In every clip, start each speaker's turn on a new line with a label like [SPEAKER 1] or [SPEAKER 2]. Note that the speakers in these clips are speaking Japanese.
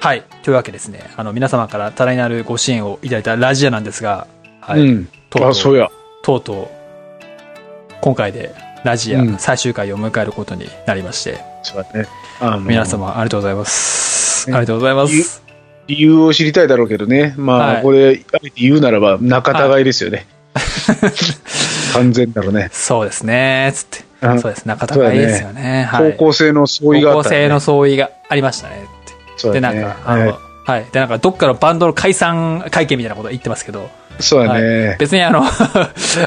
[SPEAKER 1] はい。というわけですね。あの、皆様から多大なるご支援をいただいたラジアなんですが、はい。
[SPEAKER 2] うん。
[SPEAKER 1] とうとう
[SPEAKER 2] あ、そうや。
[SPEAKER 1] とうとう、今回でラジ
[SPEAKER 2] うん
[SPEAKER 1] ア最終回を迎えることになりまして、
[SPEAKER 2] そうやね。あの
[SPEAKER 1] 皆。様ありがとうございます。あり
[SPEAKER 2] ね
[SPEAKER 1] がとうございます。
[SPEAKER 2] 理由を知りたいだろうけどね。まあ、
[SPEAKER 1] はい
[SPEAKER 2] これ、あえて言うならば、仲違いですよね。完全なるね。
[SPEAKER 1] そうですね。つって。
[SPEAKER 2] うん
[SPEAKER 1] そうです。仲高いですよね。はい。
[SPEAKER 2] 方向性の相違があ
[SPEAKER 1] 高校
[SPEAKER 2] ったね、
[SPEAKER 1] 生の相違がありましたね。って
[SPEAKER 2] そう
[SPEAKER 1] で、
[SPEAKER 2] や
[SPEAKER 1] なん
[SPEAKER 2] ね
[SPEAKER 1] か、あの、
[SPEAKER 2] は
[SPEAKER 1] はい。で、なんか、どっかのバンドの解散会見みたいなこと言ってますけど、
[SPEAKER 2] いそうやね。
[SPEAKER 1] 別にあの、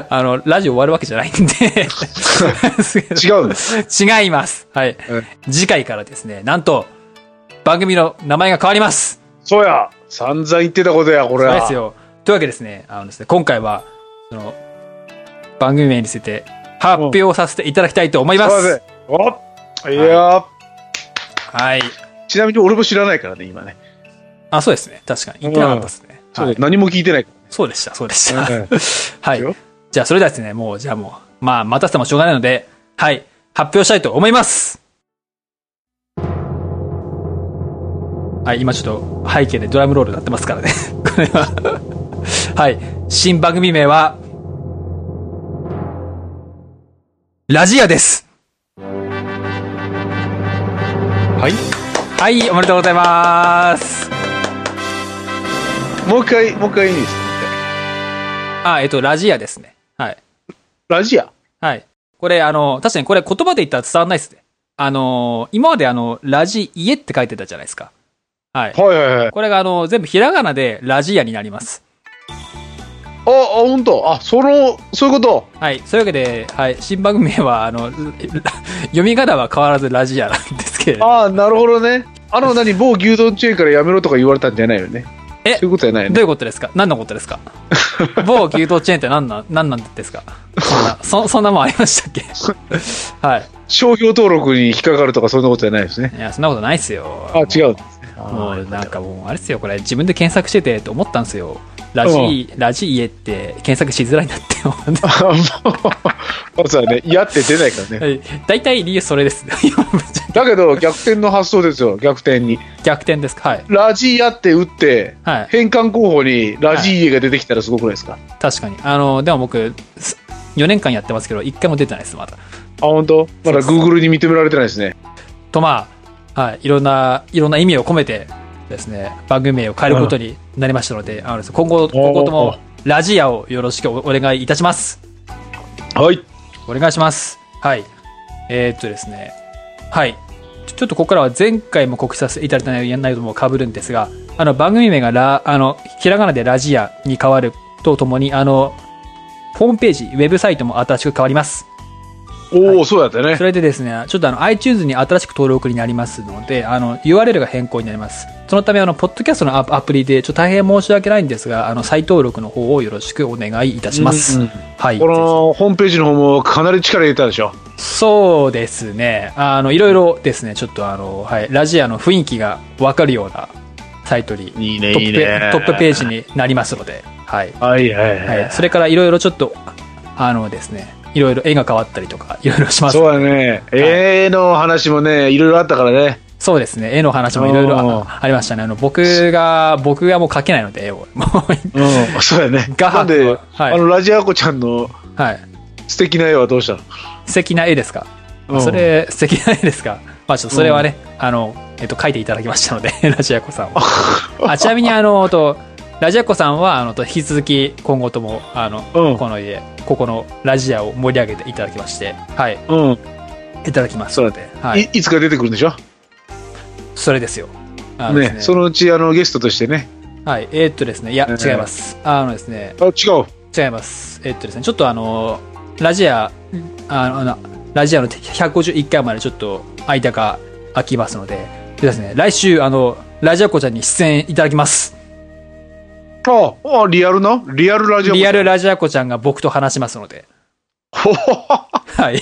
[SPEAKER 1] あの、ラジオ終わるわけじゃないんで、
[SPEAKER 2] 違うんで す。
[SPEAKER 1] 違います。はい
[SPEAKER 2] うん。
[SPEAKER 1] 次回からですね、なんと、番組の名前が変わります。
[SPEAKER 2] そうや。散々言ってたことや、こ
[SPEAKER 1] そ
[SPEAKER 2] れ
[SPEAKER 1] う
[SPEAKER 2] は。
[SPEAKER 1] ですよ。というわけですね、あのですね、今回は、その、番組名について発表させていただきたいと思います
[SPEAKER 2] いません
[SPEAKER 1] す。
[SPEAKER 2] おいやー
[SPEAKER 1] はい。
[SPEAKER 2] ちなみに俺も知らないからね、今ね。
[SPEAKER 1] あ、そうですね。確かに。言ってなかったですね。
[SPEAKER 2] そう
[SPEAKER 1] はい
[SPEAKER 2] 何も聞いてないか
[SPEAKER 1] そうでした、そうでし
[SPEAKER 2] ら。
[SPEAKER 1] た。は
[SPEAKER 2] です
[SPEAKER 1] い
[SPEAKER 2] よ。
[SPEAKER 1] じゃあ、それではですね、もう、じゃあもう、まあ、待たせてもしょうがないので、はい、発表したいと思いますはい、今ちょっと背景でドラムロール鳴ってますからね。 これは。はい、新番組名は、ラジアです。
[SPEAKER 2] はい。
[SPEAKER 1] はい、おめでとうございます。
[SPEAKER 2] もう一回、もう一回いいですか
[SPEAKER 1] あ、えっと、ラジアですね。はい。
[SPEAKER 2] ラジア。
[SPEAKER 1] はい。これ、あの、確かにこれ言葉で言ったら伝わんないですね。あの、今まであの、ラジ家って書いてたじゃないですか。はい。
[SPEAKER 2] はいはいはい。
[SPEAKER 1] これがあの、全部ひらがなでラジアになります。
[SPEAKER 2] あ、あ、ほんと。あ、その、そういうこと。
[SPEAKER 1] はい。そういうわけで、はい。新番組名は、あの、 読み方は変わらずラジアなんですけれど。
[SPEAKER 2] ああ、なるほどね。あの、何、某牛丼チェーンからやめろとか言われたんじゃないよね。
[SPEAKER 1] え
[SPEAKER 2] そういうことじゃないよ
[SPEAKER 1] どう
[SPEAKER 2] ね。
[SPEAKER 1] いうことですか何のことですか某牛丼チェーンって何なん、何なんですかそんな、そそんなもんありましたっけ はい。
[SPEAKER 2] 商標登録に引っかかるとか、そんなことじゃないですね。
[SPEAKER 1] いや、そんなことないっすよ。
[SPEAKER 2] あ、違うんですね。
[SPEAKER 1] もうなん
[SPEAKER 2] か。
[SPEAKER 1] かもうあれですよこれ自分で検索しててと思ったんですよラジラジ家って検索しづらいなって 思っ
[SPEAKER 2] あもうまずはね、やって出ないからね。
[SPEAKER 1] て大体理由それです 今ぶっちゃけ
[SPEAKER 2] だけど、逆転の発想ですよ、逆転に。
[SPEAKER 1] 逆転ですかはい
[SPEAKER 2] ラジアって打って、
[SPEAKER 1] はい
[SPEAKER 2] 変換候補にラジイエが出てきたらすごくないですか、
[SPEAKER 1] 確かにあのでも僕す4年間やってますけど1回も出てないですまだ
[SPEAKER 2] あ、本当まだ Google に認められてないですね。
[SPEAKER 1] とまあ、はい、いろんないろんな意味を込めてですね番組名を変えることになりましたので、あの今後今後と
[SPEAKER 2] お
[SPEAKER 1] も
[SPEAKER 2] ー
[SPEAKER 1] ラジアをよろしくおお願いいたします
[SPEAKER 2] はい。
[SPEAKER 1] お願いします。はい。えー、っとですね。はい。ちょちょっとここからは前回も告知させていただいた内容内容とも被るんですが、あの番組名がラ、あの、ひらがなでラジアに変わるとともに、あの、ホームページ、ウェブサイトも新しく変わります。
[SPEAKER 2] おお、そうだったね
[SPEAKER 1] そ。れでですね、ちょっとあの iTunes に新しく登録になりますので、あの URL が変更になります。そのため、あの、ポッドキャストのアアプリで、ちょっと大変申し訳ないんですが、あの、再登録の方をよろしくお願いいたします。
[SPEAKER 2] うんうん
[SPEAKER 1] はい。
[SPEAKER 2] こ
[SPEAKER 1] ぜひ
[SPEAKER 2] のホームページの方もかなり力入れたでしょ。
[SPEAKER 1] そうですね。あの、いろいろですね、ちょっとあの、はい、ラジアの雰囲気がわかるようなサイトに、
[SPEAKER 2] いいね
[SPEAKER 1] トップペトップページになりますので、はい。
[SPEAKER 2] はいはいは。
[SPEAKER 1] はいい、それからいろいろちょっと、あのですね、いろいろ絵が変わったりとか、いろいろします。そ
[SPEAKER 2] そううだね。絵の話もね、いろいろあったからね。
[SPEAKER 1] ですね、絵の話もいろいろ
[SPEAKER 2] お
[SPEAKER 1] あありましたね。あの、僕が、僕がもう描けないので、絵を。もう、
[SPEAKER 2] うん、そうだね。
[SPEAKER 1] 画
[SPEAKER 2] なん
[SPEAKER 1] 伯
[SPEAKER 2] で、
[SPEAKER 1] ははい
[SPEAKER 2] あの、ラジアコちゃんの
[SPEAKER 1] はい。
[SPEAKER 2] 素敵な絵はどうしたの
[SPEAKER 1] 素敵な絵ですか、
[SPEAKER 2] うん
[SPEAKER 1] それ、素敵な絵です かまあちょっとそれはね、あの、えっと、書いていただきましたので、 ラジアコさ んは。あちなみに、あの、と、ラジアコさんは、あの、と引き続き、今後とも、あの、
[SPEAKER 2] うん
[SPEAKER 1] この家、ここのラジアを盛り上げていただきまして、はい、
[SPEAKER 2] うん。
[SPEAKER 1] いただきます
[SPEAKER 2] そ
[SPEAKER 1] の
[SPEAKER 2] うだ
[SPEAKER 1] で
[SPEAKER 2] ね、。、
[SPEAKER 1] はいい、
[SPEAKER 2] いつか出てくるんでしょ
[SPEAKER 1] それですよ。あのです
[SPEAKER 2] ねそのうち、あの、ゲストとしてね。
[SPEAKER 1] はい、えーっとですね、いや、
[SPEAKER 2] えー
[SPEAKER 1] 違います。あのですね、
[SPEAKER 2] あ、違う。
[SPEAKER 1] 違います。えっとですね、ちょっとあの、ラジア、あの、あのラジアの151回までちょっと間が空きますので、でですね、来週、あの、ラジアコちゃんに出演いただきます。
[SPEAKER 2] あ、あリアルなリアルラジアコ
[SPEAKER 1] リアルラジアコちゃんが僕と話しますので、
[SPEAKER 2] ほほほ
[SPEAKER 1] はい。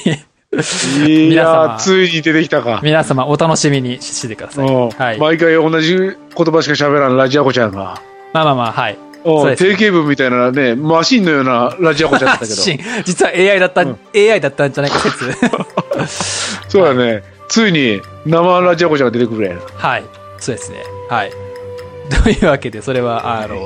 [SPEAKER 2] い
[SPEAKER 1] 皆
[SPEAKER 2] や
[SPEAKER 1] 様
[SPEAKER 2] ー、ついに出てきたか。
[SPEAKER 1] 皆様お楽しみにしててください。
[SPEAKER 2] うん
[SPEAKER 1] はい。ま
[SPEAKER 2] 毎回同じ言葉しか喋らんラジアコちゃんが。
[SPEAKER 1] あまあまあ、はい。
[SPEAKER 2] うん
[SPEAKER 1] そうです
[SPEAKER 2] 定型文みたいなね、マシンのようなラジアコちゃんだ ったけど。
[SPEAKER 1] 発信実は AI だった、AI だったんじゃないか 説。
[SPEAKER 2] そうだね。ついに生ラジアコちゃんが出てくるやん。
[SPEAKER 1] はい。そうですね。はい。 というわけで、それは、あの、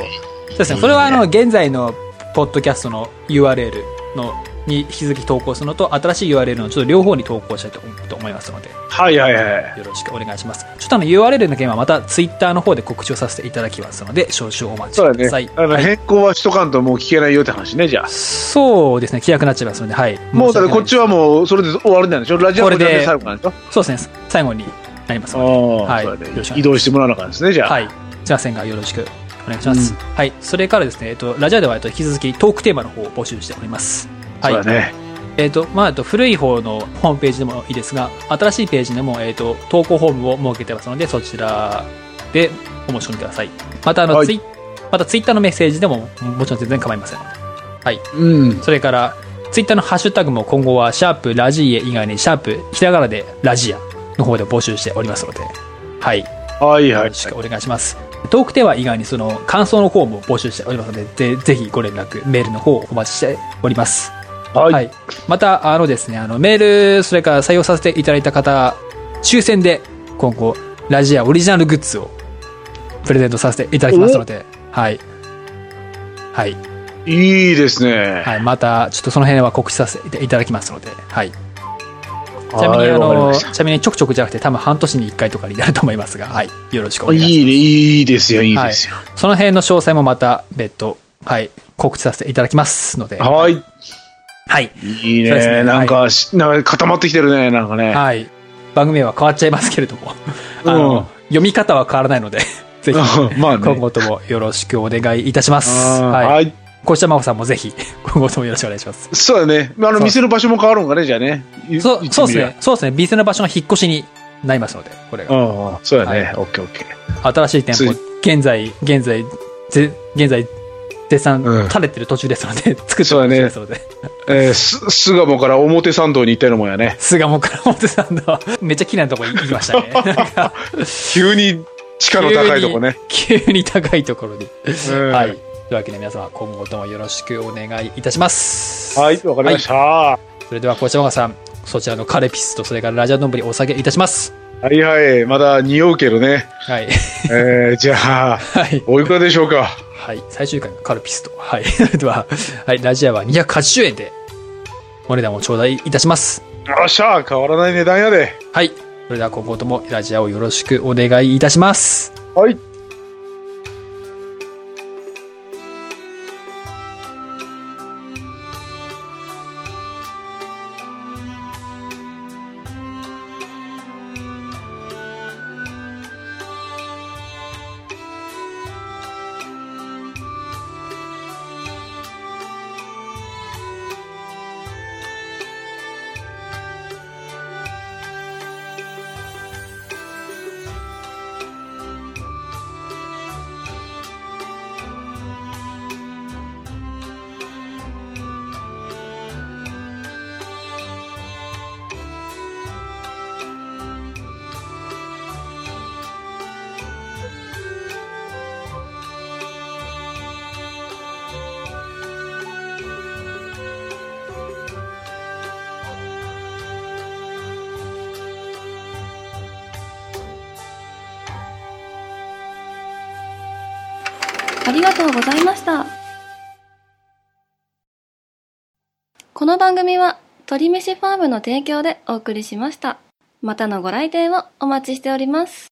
[SPEAKER 1] そうですね、それは、あの、現在のポッドキャストの URL のに引き続き投稿するのと、新しい URL のちょっと両方に投稿したいと思と思いますので、
[SPEAKER 2] はいはいはい。
[SPEAKER 1] よろしくお願いします。ちょっとあの、URL の件はまた Twitter の方で告知をさせていただきますので、少々お待ち
[SPEAKER 2] そう
[SPEAKER 1] くだ
[SPEAKER 2] だ
[SPEAKER 1] さい。
[SPEAKER 2] ね。あの、
[SPEAKER 1] はい
[SPEAKER 2] 変更はしとかんともう聞けないよって話ね、じゃあ。
[SPEAKER 1] そうですね、規約になっちゃいますので、はい。
[SPEAKER 2] もうだってこっちは
[SPEAKER 1] う。
[SPEAKER 2] もうそれで終わりなんでしょラジオはこ
[SPEAKER 1] こ
[SPEAKER 2] れ
[SPEAKER 1] れ
[SPEAKER 2] で
[SPEAKER 1] で
[SPEAKER 2] 最後なんでしょ
[SPEAKER 1] そうですね、最後になります
[SPEAKER 2] あ
[SPEAKER 1] ので。
[SPEAKER 2] あ、
[SPEAKER 1] はい
[SPEAKER 2] そうだね
[SPEAKER 1] よろしくお願いします
[SPEAKER 2] 移動してもらわなあかんですね、じゃあ。
[SPEAKER 1] はい。すいませんが、よろしくお願いします。はい。それからですね、えっと、ラジオでは、えっと、引き続きトークテーマの方を募集しております。は
[SPEAKER 2] そうだ
[SPEAKER 1] い。
[SPEAKER 2] ね。
[SPEAKER 1] えっと、まあ、えっと、古い方のホームページでもいいですが、新しいページでも、えっと、投稿フォームを設けてますので、そちらでお申し込みください。また、あの、
[SPEAKER 2] はい
[SPEAKER 1] ツイまたツイッターのメッセージでも、もちろん全然構いません。
[SPEAKER 2] うん。
[SPEAKER 1] それから、ツイッターのハッシュタグも今後は、シャープラジエ以外に、シャープひらがなでラジアの方で募集しておりますので、はい。
[SPEAKER 2] はいは
[SPEAKER 1] よ
[SPEAKER 2] い
[SPEAKER 1] ろ。しくお願いします。トークテーマ以外にその感想の方も募集しておりますので、ぜぜひご連絡、メールの方をお待ちしております。
[SPEAKER 2] はい。
[SPEAKER 1] また、あのですね、あの、メール、それから採用させていただいた方、抽選で、今後、ラジアオリジナルグッズをプレゼントさせていただきますので、はい。はい。
[SPEAKER 2] いいですね。
[SPEAKER 1] はい。また、ちょっとその辺は告知させていただきますので、はい。ちなみ
[SPEAKER 2] は
[SPEAKER 1] に、
[SPEAKER 2] い
[SPEAKER 1] あ
[SPEAKER 2] わかりま
[SPEAKER 1] の、
[SPEAKER 2] した
[SPEAKER 1] ちなみにちょくちょくじゃなくて、多分半年に1回とかになると思いますが、はい。よろしくお願いします。
[SPEAKER 2] いいね、いいですよ、いいですよ。
[SPEAKER 1] その辺の詳細もまた別途、はい、告知させていただきますので。
[SPEAKER 2] はい。
[SPEAKER 1] はい。
[SPEAKER 2] いい
[SPEAKER 1] そうですね
[SPEAKER 2] ね。なんかし、なんか固まってきてるね、なんかね。
[SPEAKER 1] はい。番組名は変わっちゃいますけれども、あ
[SPEAKER 2] う
[SPEAKER 1] の
[SPEAKER 2] ん、
[SPEAKER 1] 読み方は変わらないので、 ぜひ、
[SPEAKER 2] うん まあね
[SPEAKER 1] 今後ともよろしくお願いいたします。
[SPEAKER 2] うん
[SPEAKER 1] は。
[SPEAKER 2] はいい。
[SPEAKER 1] こうした真帆さんもぜひ、 今後ともよろしくお願いします。
[SPEAKER 2] そうだね。あの、
[SPEAKER 1] そう
[SPEAKER 2] 店の場所も変わるんかね、じゃあね。
[SPEAKER 1] そう、そうです
[SPEAKER 2] 言って
[SPEAKER 1] ね。そうですね。店の場所の引っ越しになりますので、これ
[SPEAKER 2] みりゃ。う
[SPEAKER 1] が。
[SPEAKER 2] んうん、そうだ
[SPEAKER 1] は
[SPEAKER 2] ね
[SPEAKER 1] い。
[SPEAKER 2] オッケーオッケー。
[SPEAKER 1] 新しい店舗
[SPEAKER 2] つい、
[SPEAKER 1] 現在、現在、ぜ現在、絶賛
[SPEAKER 2] うん
[SPEAKER 1] 垂れてる途中ですので、 作ってる
[SPEAKER 2] そ
[SPEAKER 1] 途中
[SPEAKER 2] うだね
[SPEAKER 1] ですので。
[SPEAKER 2] えー、す、巣鴨から表参道に行ったようなもんやね。
[SPEAKER 1] 菅も倉本さんの、めっちゃ綺麗なとこ行きましたね。なん か
[SPEAKER 2] 急に地価の高いとこね。
[SPEAKER 1] 急に急に高いところに。
[SPEAKER 2] うん
[SPEAKER 1] はい。というわけで皆様、今後ともよろしくお願いいたします。
[SPEAKER 2] はい、わかりました。は
[SPEAKER 1] はいそれでは、こちらさん、そちらのカレピスと、それからラジャドンブリお下げいたします。
[SPEAKER 2] いはい、まだ匂うけどね。
[SPEAKER 1] はい。
[SPEAKER 2] えー、じゃあ、
[SPEAKER 1] はい。
[SPEAKER 2] おいくらでしょうか。
[SPEAKER 1] はい。最終回のカルピスと。はい。 それでは、はい。ラジアは280円で、お値段を頂戴いたします。
[SPEAKER 2] よっしゃ、変わらない値段やで。
[SPEAKER 1] はい。それでは、今後ともラジアをよろしくお願いいたします。
[SPEAKER 2] はい。
[SPEAKER 3] ありがとうございました。この番組は鳥飯ファームの提供でお送りしました。またのご来店をお待ちしております。